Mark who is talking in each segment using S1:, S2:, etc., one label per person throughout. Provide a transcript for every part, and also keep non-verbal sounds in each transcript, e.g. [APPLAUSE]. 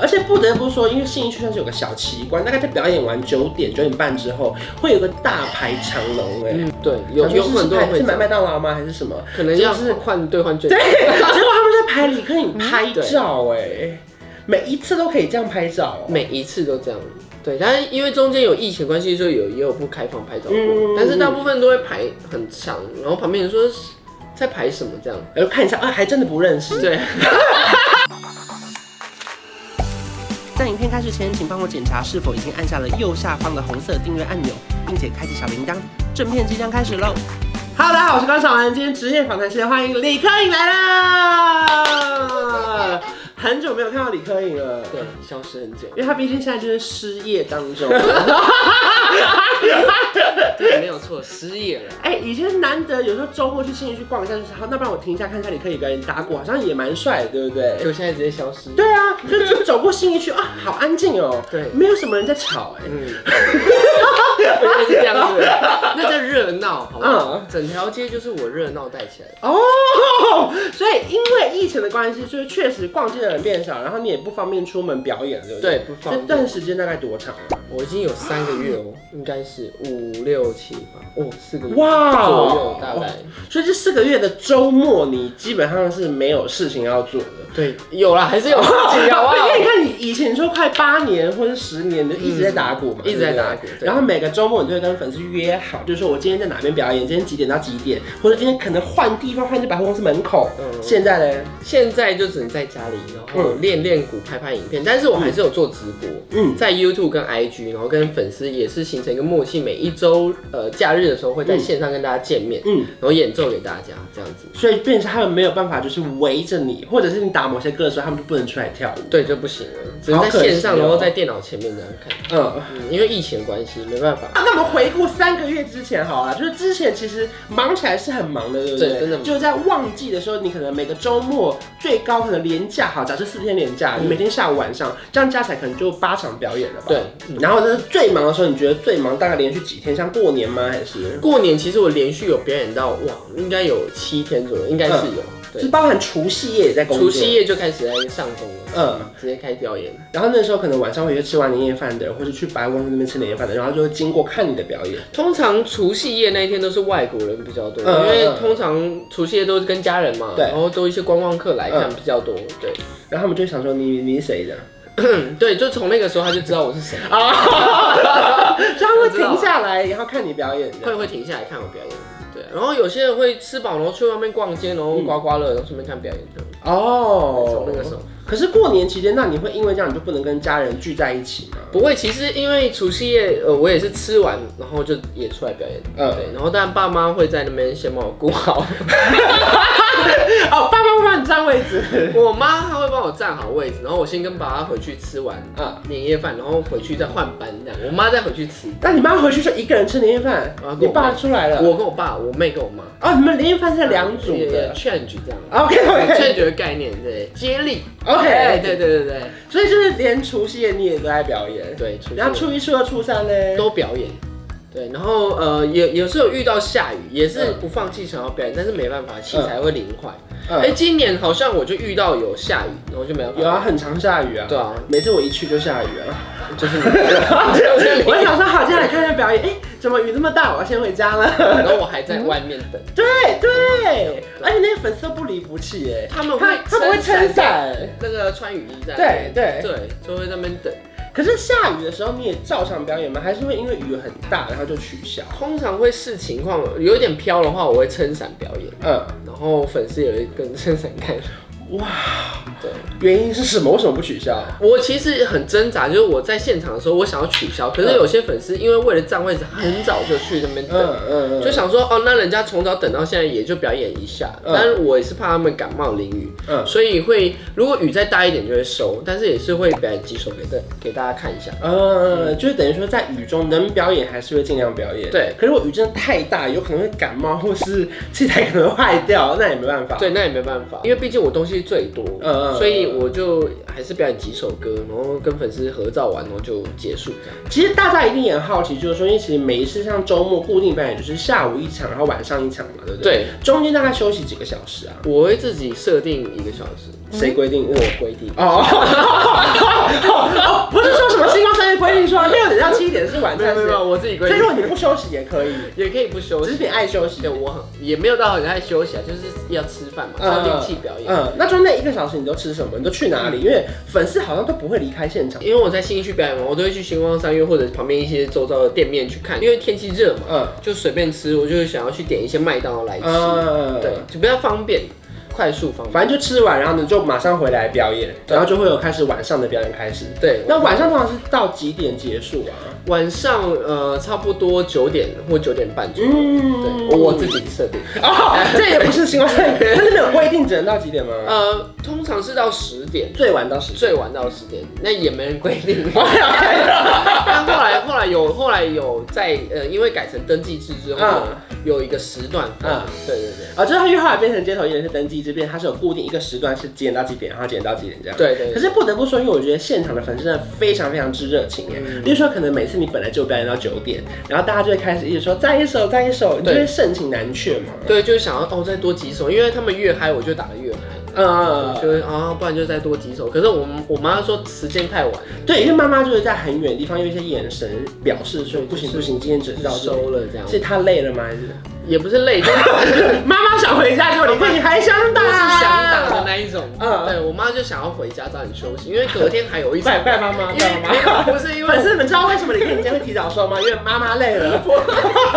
S1: 而且不得不说，因为信义区算是有个小奇观，大概在表演完九点九点半之后，会有个大排长龙哎、
S2: 嗯，对，有有很多人
S1: 是
S2: 会
S1: 买
S2: 走
S1: 麦当劳吗？还是什么？
S2: 可能
S1: 就
S2: 要
S1: 是
S2: 换兑换券
S1: 对，， [LAUGHS] 结果他们在排李克颖拍照
S2: 嗯
S1: 哎、每一次都可以这样拍照、哦。
S2: 每一次都这样。对，但是因为中间有疫情关系，所以有也有不开放拍照过，
S1: 嗯
S2: 但是大部分都会排很长，然后旁边人说在排什么这样。
S1: 然后看一下啊，还真的不认识。
S2: 对，
S1: [LAUGHS] 在影片开始前，请帮我检查是否已经按下了右下方的红色订阅按钮，并且开启小铃铛。正片即将开始喽！Hello，大家好，我是高小文，今天职业访谈时间，欢迎李科颖来啦！很久没有看到李科颖了，
S2: 对，消失很
S1: [LAUGHS]
S2: 久
S1: 因，为他毕竟现在就是失业当中。
S2: 对，没有错，失业了。
S1: 哎、以前难得有时候周末去新义去逛一下，就是好，那不然我停一下看一下李科颖表演打鼓，好像也蛮帅的，对不对？
S2: 就现在直接消失。
S1: 对啊，就是走过新义区啊，好安静哦、
S2: 对
S1: 没有什么人在吵哎、
S2: 嗯， [LAUGHS] 原来是这样子，那叫热闹，好不好？
S1: 嗯
S2: 整条街就是我热闹带起来。
S1: 哦，所以因为疫情的关系，就是确实逛街的人变少，然后你也不方便出门表演，对不对？
S2: 对，不放
S1: 这段时间大概多长啊？
S2: 我已经有三个月哦，应该是五六七八，哦，四个月
S1: 哇
S2: 左右大概。
S1: 所以这四个月的周末，你基本上是没有事情要做的。
S2: 对，有啦，还是有啊自己好不
S1: [LAUGHS]
S2: 好
S1: 因为你看，你以前说快八年或者十年，你就一直在打鼓嘛，
S2: 哦嗯一直在
S1: 对不对
S2: 打鼓对
S1: 然后每个周末你就会跟粉丝约好，就是说我今天在哪边表演，今天几点到几点，或者今天可能换地方，换去百货公司门口。
S2: 嗯
S1: 现在呢，
S2: 现在就只能在家里，然后练练鼓、拍拍影片，但是我还是有做直播。
S1: 嗯，
S2: 在 YouTube 跟 IG，然后跟粉丝也是形成一个默契，每一周呃假日的时候会在线上跟大家见面，
S1: 嗯
S2: 然后演奏给大家这样子。
S1: 所以变成他们没有办法，就是围着你，或者是你打某些歌的时候，他们就不能出来跳舞。
S2: 对，就不行了，只能在线上，
S1: 哦
S2: 然后在电脑前面这样看。
S1: 嗯。
S2: 嗯，因为疫情的关系，没办法。
S1: 啊，那我们回顾三个月之前好了，就是之前其实忙起来是很忙的，对不对？
S2: 对真的忙
S1: 就在旺季的时候，你可能每个周末最高可能连假好，假设四天连假，你每天下午晚上这样加起来可能就八场表演了吧？
S2: 嗯
S1: 嗯
S2: 对。
S1: 然后呢，最忙的时候，你觉得最忙大概连续几天？像过年吗？还是？
S2: 过年其实我连续有表演到哇，应该有七天左右，应该是有。
S1: 嗯就是
S2: 对，
S1: 包含除夕夜也在工作。
S2: 除夕。夜就开始在上工了，
S1: 嗯，
S2: 直接开表演。
S1: 然后那时候可能晚上会去吃完年夜饭的，或者去白光那边吃年夜饭的，然后就会经过看你的表演。
S2: 通常除夕夜那一天都是外国人比较多，
S1: 嗯
S2: 因为
S1: 嗯嗯
S2: 通常除夕夜都是跟家人嘛，
S1: 对
S2: 然后都一些观光客来看
S1: 嗯
S2: 比较多。对，
S1: 然后他们就会想说你你是谁的？
S2: 嗯，对，就从那个时候他就知道我是谁， [LAUGHS]
S1: 啊，所以他们会
S2: 我知道
S1: 停下来，然后看你表演的。
S2: 会会停下来看我表演。对，然后有些人会吃饱，然后去外面逛街，然后刮刮乐，然后顺便看表演。对
S1: 哦
S2: 从，那个时候。
S1: 可是过年期间，那你会因为这样你就不能跟家人聚在一起吗？
S2: 不会，其实因为除夕夜，呃，我也是吃完，然后就也出来表演，
S1: 嗯
S2: 对，然后但爸妈会在那边先帮我顾
S1: [LAUGHS]
S2: 好，
S1: 哦，爸爸会帮你占位置。
S2: [LAUGHS] 我妈她会帮我站好位置，然后我先跟爸妈回去吃完呃
S1: 嗯
S2: 年夜饭，然后回去再换班这样，我妈再回去吃，
S1: 那你妈回去就一个人吃年夜饭
S2: 啊跟我，
S1: 你爸出来了。
S2: 我跟我爸，我妹跟我妈，呃
S1: 哦，你们年夜饭是嗯两组
S2: 也也
S1: 的。
S2: change
S1: [LAUGHS]
S2: 这样
S1: OK
S2: 有
S1: OK，
S2: change 的概念对，接力
S1: OK
S2: 哎对对对对
S1: 所以就是连除夕夜你也都在表演，
S2: 对，除夕
S1: 然后初一、初二、初三呢？
S2: 都表演。对，然后呃，也有时候有遇到下雨，也是
S1: 嗯
S2: 不放弃想要表演，但是没办法，器材会淋坏。
S1: 嗯
S2: 哎、今年好像我就遇到有下雨，然后就没有。
S1: 有啊，，很常下雨啊。
S2: 对啊，
S1: 每次我一去就下雨
S2: [LAUGHS]
S1: 啊。
S2: 就是
S1: [LAUGHS]
S2: 你。就是 [LAUGHS] 你
S1: 我想说，好，接下来看一下表演。哎，怎么雨那么大？我要先回家了。
S2: 然后我还在外面等，
S1: 哎对对，而且那些粉丝都不离不弃哎，
S2: 他们
S1: 他
S2: 会
S1: 他不会撑伞，
S2: 那个穿雨衣在那
S1: 对
S2: 边。
S1: 对。
S2: 对，就会在那边等。
S1: 可是下雨的时候你也照常表演吗？还是会因为雨很大然后就取消？
S2: 通常会视情况，有一点飘的话，我会撑伞表演，
S1: 嗯，
S2: 然后粉丝也会跟撑伞看。
S1: 哇，
S2: 对，
S1: 原因是什么？为什么不取消？
S2: 我其实很挣扎，就是我在现场的时候，我想要取消，可是有些粉丝因为为了占位置，很早就去那边
S1: 嗯
S2: 等。
S1: 嗯嗯，
S2: 就想说哦，那人家从早等到现在也就表演一下，
S1: 嗯
S2: 但是我也是怕他们感冒淋雨，
S1: 嗯
S2: 所以会如果雨再大一点就会收，但是也是会表演几首给大给大家看一下。
S1: 嗯，就是等于说在雨中能表演还是会尽量表演。
S2: 对
S1: 可是我雨真的太大，有可能会感冒或是器材可能会坏掉，那也没办法。
S2: 对，那也没办法，因为毕竟我东西西最多，
S1: 嗯嗯
S2: 所以我就还是表演几首歌，然后跟粉丝合照完，然后就结束这样。
S1: 其实大家一定也很好奇，就是说，因为其实每一次像周末固定表演就是下午一场，然后晚上一场嘛，对不对？
S2: 对，
S1: 对，中间大概休息几个小时啊？
S2: 我会自己设定一个小时，
S1: 谁规定？我
S2: 我规定。
S1: 哦， [LAUGHS] 哦不是说什么星光三月规定说六点到七点是晚
S2: 没有
S1: 餐时
S2: 没有没
S1: 间，
S2: 有，我自己规
S1: 所以
S2: 定
S1: 如。果你不休息也可以，
S2: 也可以不休
S1: 只是
S2: 息，
S1: 你爱休息
S2: 对。我很也没有到很爱休息啊，就是要吃饭嘛，要定期表演。
S1: 嗯，那就那一个小时你都吃什么？你都去哪里？因为粉丝好像都不会离开现场。
S2: 因为我在新义区表演完，我都会去星光三月或者旁边一些周遭的店面去看，因为天气热嘛，
S1: 嗯
S2: 就随便吃，我就是想要去点一些麦当劳来吃，
S1: 嗯，
S2: 哎对，就比较方便，快速方便。
S1: 反正就吃完，然后你就马上回来表演，然后就会有开始晚上的表演开始。
S2: 对，
S1: 那晚上通常是到几点结束啊？
S2: 晚上呃差不多九点或九点半左右，
S1: 嗯
S2: 对，我自己设定，
S1: 哦，这也不是星光三月，但是没有规定只能到几点吗？
S2: 呃，通常是到十点，
S1: 最晚到十 [LAUGHS] 点。
S2: 最晚到十点，那也没人规
S1: [LAUGHS]
S2: 定。 [LAUGHS]
S1: OK，OK
S2: 但后来后来有后来有在呃，因为改成登记制之后，
S1: 嗯
S2: 有一个时段分。
S1: 嗯
S2: 对对对
S1: 啊，就是它因为后来变成街头艺人是登记制变，它是有固定一个时段是几点到几点，然后几点到几点这样。
S2: 对对对
S1: 可是不得不说，因为我觉得现场的粉丝真的非常非常之热情耶。比如说，可能每次你本来就表演到九点，然后大家就会开始一直说再一首再一首，你就
S2: 对
S1: 会盛情难却嘛。
S2: 对，就是想要哦再多几首，因为他们越嗨我就打得越嗨。
S1: 嗯，
S2: 就是啊，不然就再多几首。可是我我妈说时间太晚了，
S1: 对，因为妈妈就是在很远的地方用一些眼神表示说不行不行，今天只能到这里。
S2: 收了这样，
S1: 是她累了吗？还是
S2: 也不是累，就是我
S1: 妈妈想回家，结果你看你还想打，
S2: 是想打的那一 [LAUGHS] 种。
S1: 嗯
S2: 对我妈就想要回家早点休息，因为隔天还有一场
S1: 拜。拜妈妈，
S2: [LAUGHS] 因
S1: 拜
S2: 为
S1: 妈妈。
S2: 不是因为
S1: 粉丝们知道为什么李天今天会提早收吗？因为妈妈累了。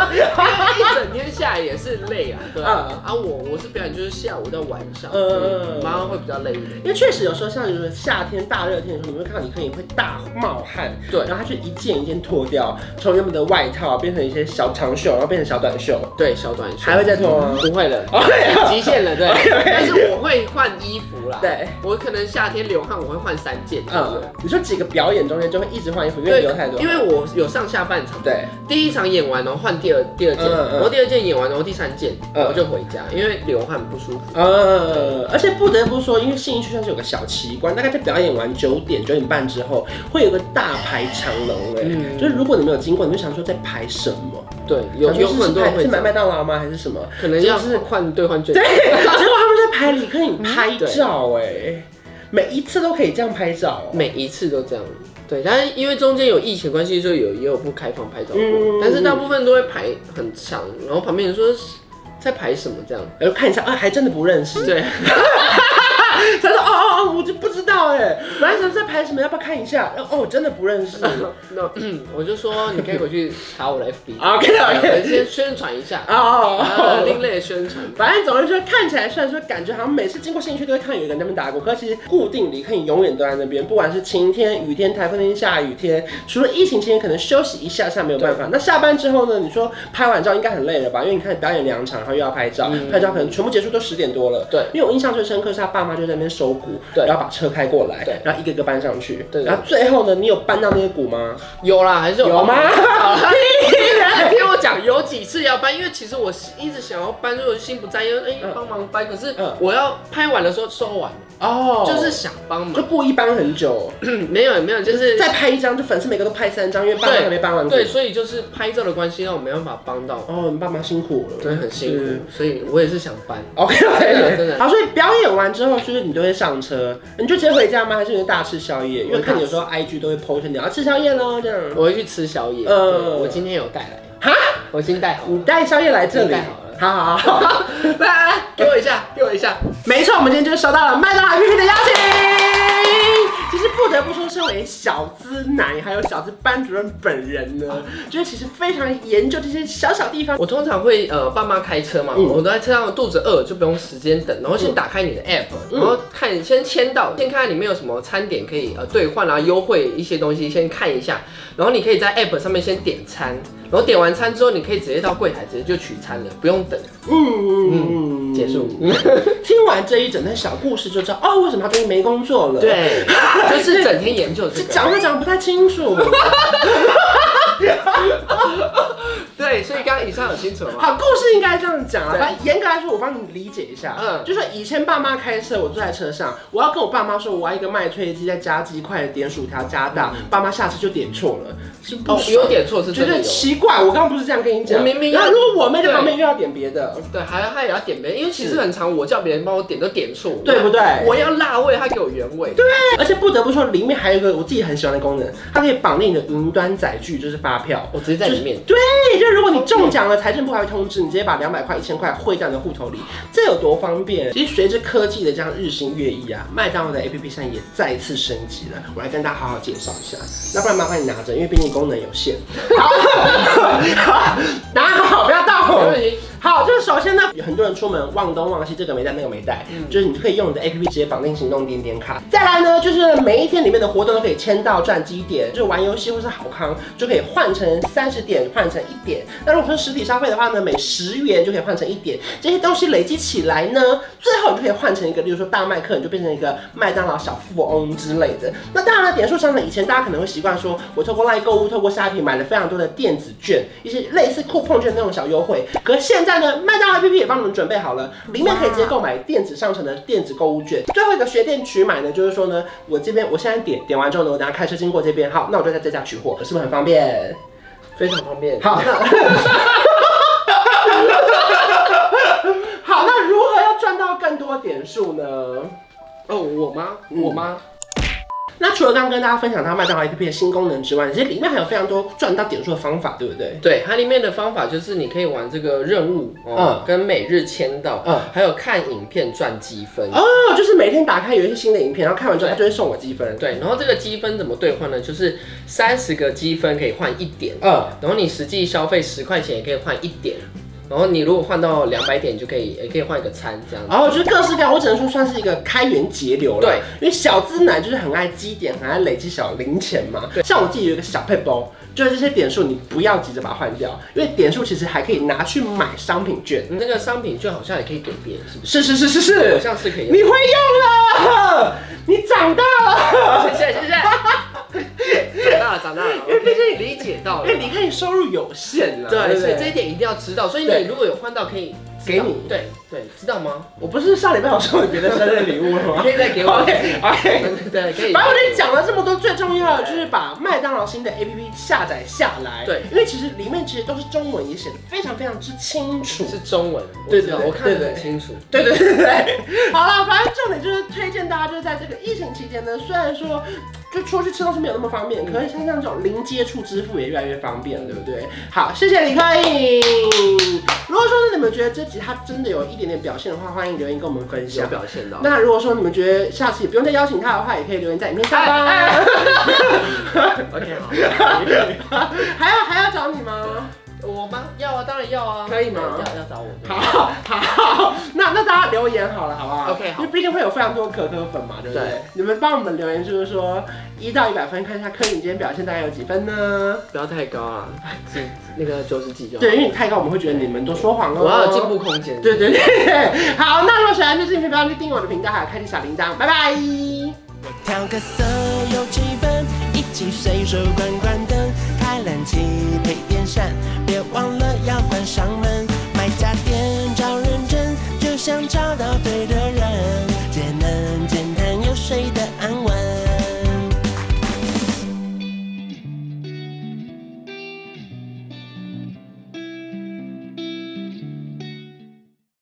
S2: 一整天下来也是累啊，对啊
S1: 嗯，
S2: 啊我我是表演就是下午到晚上，
S1: 嗯嗯嗯
S2: 嗯，妈妈会比较累一点，
S1: 因为确实有时候像就是夏天大热天的时候，你会看到李克也会大冒汗，
S2: 对
S1: 然后他就一件一件脱掉，从原本的外套变成一些小长袖，然后变成小短袖，哦啊
S2: 对，小短袖呃
S1: 还会再脱吗？
S2: 不
S1: [LAUGHS]
S2: 会了，极限了，对，但是我会换衣服啦，
S1: 对，
S2: 我可能夏天流汗我会换三件，
S1: 嗯
S2: 嗯，，
S1: 你说几个表演中间就会一直换衣服，因为
S2: 对
S1: 流太多，，
S2: 因为我有上下半场，，
S1: 对，
S2: 第一场演完然后换第二第二件，
S1: 嗯嗯
S2: 然后第二件演完然后第三件，
S1: 嗯
S2: 我就回家，因为流汗不舒服，
S1: 呃，而且不得不说，因为信义区算是有个小奇观，大概在表演完九点九点半之后，会有个大排长龙，哎、
S2: 嗯
S1: 就是如果你没有经过，你会想说在排什么？
S2: 对，有
S1: 想
S2: 有
S1: 说是
S2: 很多人
S1: 排
S2: 会
S1: 是买
S2: 这
S1: 麦
S2: 样，
S1: 当劳吗？还是什么？
S2: 可能要
S1: 就是
S2: 换兑换券，
S1: 对，结果他们在拍李克颖拍照哎、每一次都可以这样拍照、哦。
S2: 每一次都这样。对，但是因为中间有疫情关系，所以有也有不开放拍照过，
S1: 嗯
S2: 但是大部分都会排很长，然后旁边人说在排什么这样。
S1: 然后看一下啊，还真的不认识。
S2: 对，
S1: 他说哦哦哦，我就不知道哎，本来想在拍什么，要不要看一下？然后哦，我真的不认识。
S2: [LAUGHS] 那 [CLEARS THROAT] 我就说你可以回去查我的
S1: [LAUGHS]
S2: FB，
S1: OK，OK
S2: 呃先宣传一下，
S1: 哦哦
S2: 呃，另
S1: 哦，
S2: 类的宣传。
S1: 反正总之说，看起来虽然说感觉好像每次经过新区都会看有一个人在那边打鼓，可是其实固定离可以永远都在那边，不管是晴天、雨天、台风天、下雨天，除了疫情期间可能休息一下下没有办法。那下班之后呢？你说拍完照应该很累了吧？因为你看表演两场，然后又要拍照，拍照可能全部结束都十点多了。
S2: 嗯对
S1: 因为我印象最深刻是他爸妈就在那边收鼓，
S2: 对
S1: 然后把车开过来，
S2: 对
S1: 然后一个个搬上去，
S2: 对对对
S1: 然后最后呢，你有搬到那些鼓吗？
S2: 有啦，还是有
S1: 有吗？
S2: 好啦听我讲，有几次要搬，因为其实我一直想要搬，如果心不在焉，哎，帮忙搬。可是
S1: 嗯
S2: 我要拍完的时候收完了，
S1: 哦嗯
S2: 就是想帮
S1: 就
S2: 忙，
S1: 故意搬很久，
S2: 没有没有，就是
S1: 再拍一张，就粉丝每个都拍三张，因为爸妈还没搬完鼓。
S2: 对，所以就是拍照的关系让我没办法帮到，
S1: 哦，你爸妈辛苦了，
S2: 真的很辛
S1: 是
S2: 苦，所以我也是想搬。
S1: OK
S2: 真
S1: OK，
S2: 的真的
S1: 好，所以表演完之后，就是你都会上车，你就直接回家吗？还是你会大吃宵夜？因为看有时候 IG 都会 po 一些你要吃宵夜喽这样。
S2: 我会去吃宵夜，
S1: 嗯
S2: 对我今天有带来，
S1: 哈，
S2: 我已经带好了，
S1: 你带宵夜来这里
S2: 我带好，了
S1: 好好好，
S2: 来来来，给我一下，给我一下，
S1: 没错，我们今天就收到了麦当劳 PP 的邀请。其实不得不说，身为小资男，还有小资班主任本人
S2: 哦
S1: 呢，就是其实非常研究这些小小地方。
S2: 我通常会呃，爸妈开车嘛，
S1: 嗯
S2: 我都在车上，肚子饿就不用时间等，然后先打开你的 app，、
S1: 嗯
S2: 然后看先签到，先看看里面有什么餐点可以呃兑换啊、优惠一些东西，先看一下，然后你可以在 app 上面先点餐，然后点完餐之后，你可以直接到柜台直接就取餐了，不用等，
S1: 嗯嗯，
S2: 结
S1: [LAUGHS]
S2: 束。
S1: 听完这一整段小故事，就知道哦，为什么他最近没工作了。。
S2: 对，就是整天研究这
S1: 这
S2: 个。
S1: 讲都讲不太清楚。
S2: 对，对，所以刚刚以上有清楚吗？
S1: 好，故事应该这样讲啊。
S2: 对
S1: 反正严格来说，我帮你理解一下。嗯，
S2: 嗯
S1: 就说以前爸妈开车，我坐在车上，我要跟我爸妈说我要一个麦脆鸡，再加鸡块，点薯条加大。爸妈下次就点错了，是不
S2: 嗯哦，
S1: 爽
S2: 有点错是
S1: 觉
S2: 真的
S1: 得
S2: 有。
S1: 奇怪。我刚刚不是这样跟你讲，
S2: 我明明要
S1: 然后如果我妹在
S2: 对
S1: 旁边又要点别的，
S2: 对，还他也要点别人，因为其实很常我叫别人帮我点都点错，
S1: 对不对？啊
S2: 我要辣味，他给我原味。
S1: 而且不得不说，里面还有一个我自己很喜欢的功能，它可以绑定你的云端载具，就是发票。
S2: 我直接在里面。
S1: 对，就是如果你中奖了，财政部还会通知你，直接把两百块、一千块汇到你的户头里，这有多方便？其实随着科技的这样日新月异啊，麦当劳的 APP 现在也再次升级了，我来跟大家好好介绍一下。那不然麻烦你拿着，因为毕竟功能有限。 [LAUGHS] 好，好 [LAUGHS] 拿好，不要
S2: 没
S1: 动
S2: 问。题
S1: 好，就是首先呢，有很多人出门忘东忘西，这个没带那个没带，就是你可以用你的 APP 直接绑定行动点点卡。再来呢，就是每一天里面的活动都可以签到赚积点，就是玩游戏或是好康就可以换成三十点，换成一点。那如果说实体消费的话呢，每十元就可以换成一点，这些东西累积起来呢，最后你就可以换成一个，例如说大麦克，你就变成一个麦当劳小富翁之类的。那当然了，点数上呢，以前大家可能会习惯说，我透过 LINE 购物，透过虾皮买了非常多的电子券，一些类似酷碰券那种小优惠。可是现在呢，麦当劳 APP 也帮你们准备好了，里面可以直接购买电子商城的电子购物券。最后一个学电取买呢，就是说呢，我这边我现在点点完之后呢，我等下开车经过这边，好，那我就在这家取货，是不是很方便？
S2: 非常方便。 [LAUGHS]
S1: 好，那好，那如何要赚到更多点数呢？
S2: 哦，我吗？
S1: 嗯
S2: 我吗？
S1: 那除了刚刚跟大家分享它麦当劳 APP 的新功能之外，其实里面还有非常多赚到点数的方法，对不对？
S2: 对，它里面的方法就是你可以玩这个任务，哦，跟每日签到，
S1: 嗯
S2: 嗯，还有看影片赚积分。
S1: 哦，就是每天打开有一些新的影片，然后看完之后它哎就会送我积分。
S2: 对，然后这个积分怎么兑换呢？就是三十个积分可以换一点，
S1: 嗯，
S2: 然后你实际消费十块钱也可以换一点，然后你如果换到两百点就可以，也可以换一个餐这样子。
S1: 然后就是各式各样，我只能说算是一个开源节流了。
S2: 对，
S1: 因为小资男就是很爱积点，很爱累积小零钱嘛。
S2: 对
S1: 像我自己有一个小配包，就是这些点数你不要急着把它换掉，因为点数其实还可以拿去买商品券。
S2: 嗯你那个商品券好像也可以给别人，是不是？
S1: 是是是是
S2: 好
S1: 是，
S2: 像是可以。
S1: 你会用了，你长大了。
S2: 谢谢谢谢。长大了，长
S1: [LAUGHS]
S2: 大了，因为毕竟理解到
S1: 因
S2: 了
S1: 哎为。你看你收入有限了，
S2: 对，
S1: 不
S2: 所以这一点一定要知道。所以
S1: 对
S2: 你如果有换到，可以
S1: 给
S2: 知道
S1: 你
S2: 对对，知道吗？
S1: 我不是上礼拜有送你别的生日礼物了吗？
S2: 可以再给
S1: [LAUGHS]
S2: 我
S1: OK OK。
S2: 对 [LAUGHS] 对，可以。
S1: 反正我就讲了这么多，最重要的就是把麦当劳新的 APP 下载下来。
S2: 对
S1: 因为其实里面其实都是中文，也写的非常非常之清楚。
S2: 是中文，我
S1: 对
S2: 知道
S1: 对对
S2: 我看
S1: 对
S2: 得很
S1: 对
S2: 清楚。
S1: 对对对对，好了，反正重点就是推荐大家，就是在这个疫情期间呢，虽然说就出去吃东西没有那么方便，
S2: 嗯
S1: 可是像这种零接触支付也越来越方便，对不对？好，谢谢李克颖。如果说呢，你们觉得这集它真的有一点点表现的话，欢迎留言跟我们分
S2: 有
S1: 享。
S2: 表现到。
S1: 那如果说你们觉得下次也不用再邀请他的话，也可以留言在影片下方。
S2: 哎 OK，好。
S1: [LAUGHS] 还要还要找你吗？
S2: 我吗？要啊，当然要啊。
S1: 可以吗
S2: 要要找我。
S1: 好，好， [LAUGHS] 那那大家留言好了，好不好
S2: OK，好
S1: 因为毕竟会有非常多可可粉嘛，对不对？
S2: 对
S1: 你们帮我们留言，就是说一到一百分，看一下柯颖今天表现大概有几分呢？
S2: 不要太高
S1: [LAUGHS]
S2: 啊，几那个九十几就好。
S1: 对，因为你太高，我们会觉得你们都说谎哦。
S2: 我要有进。步空间。
S1: 对对对，好，那如果喜欢这视频，不要忘记订阅我的频道，还有开启小铃铛，拜拜。
S3: 调个色有气氛，一起随手关关灯，开冷气配电扇，不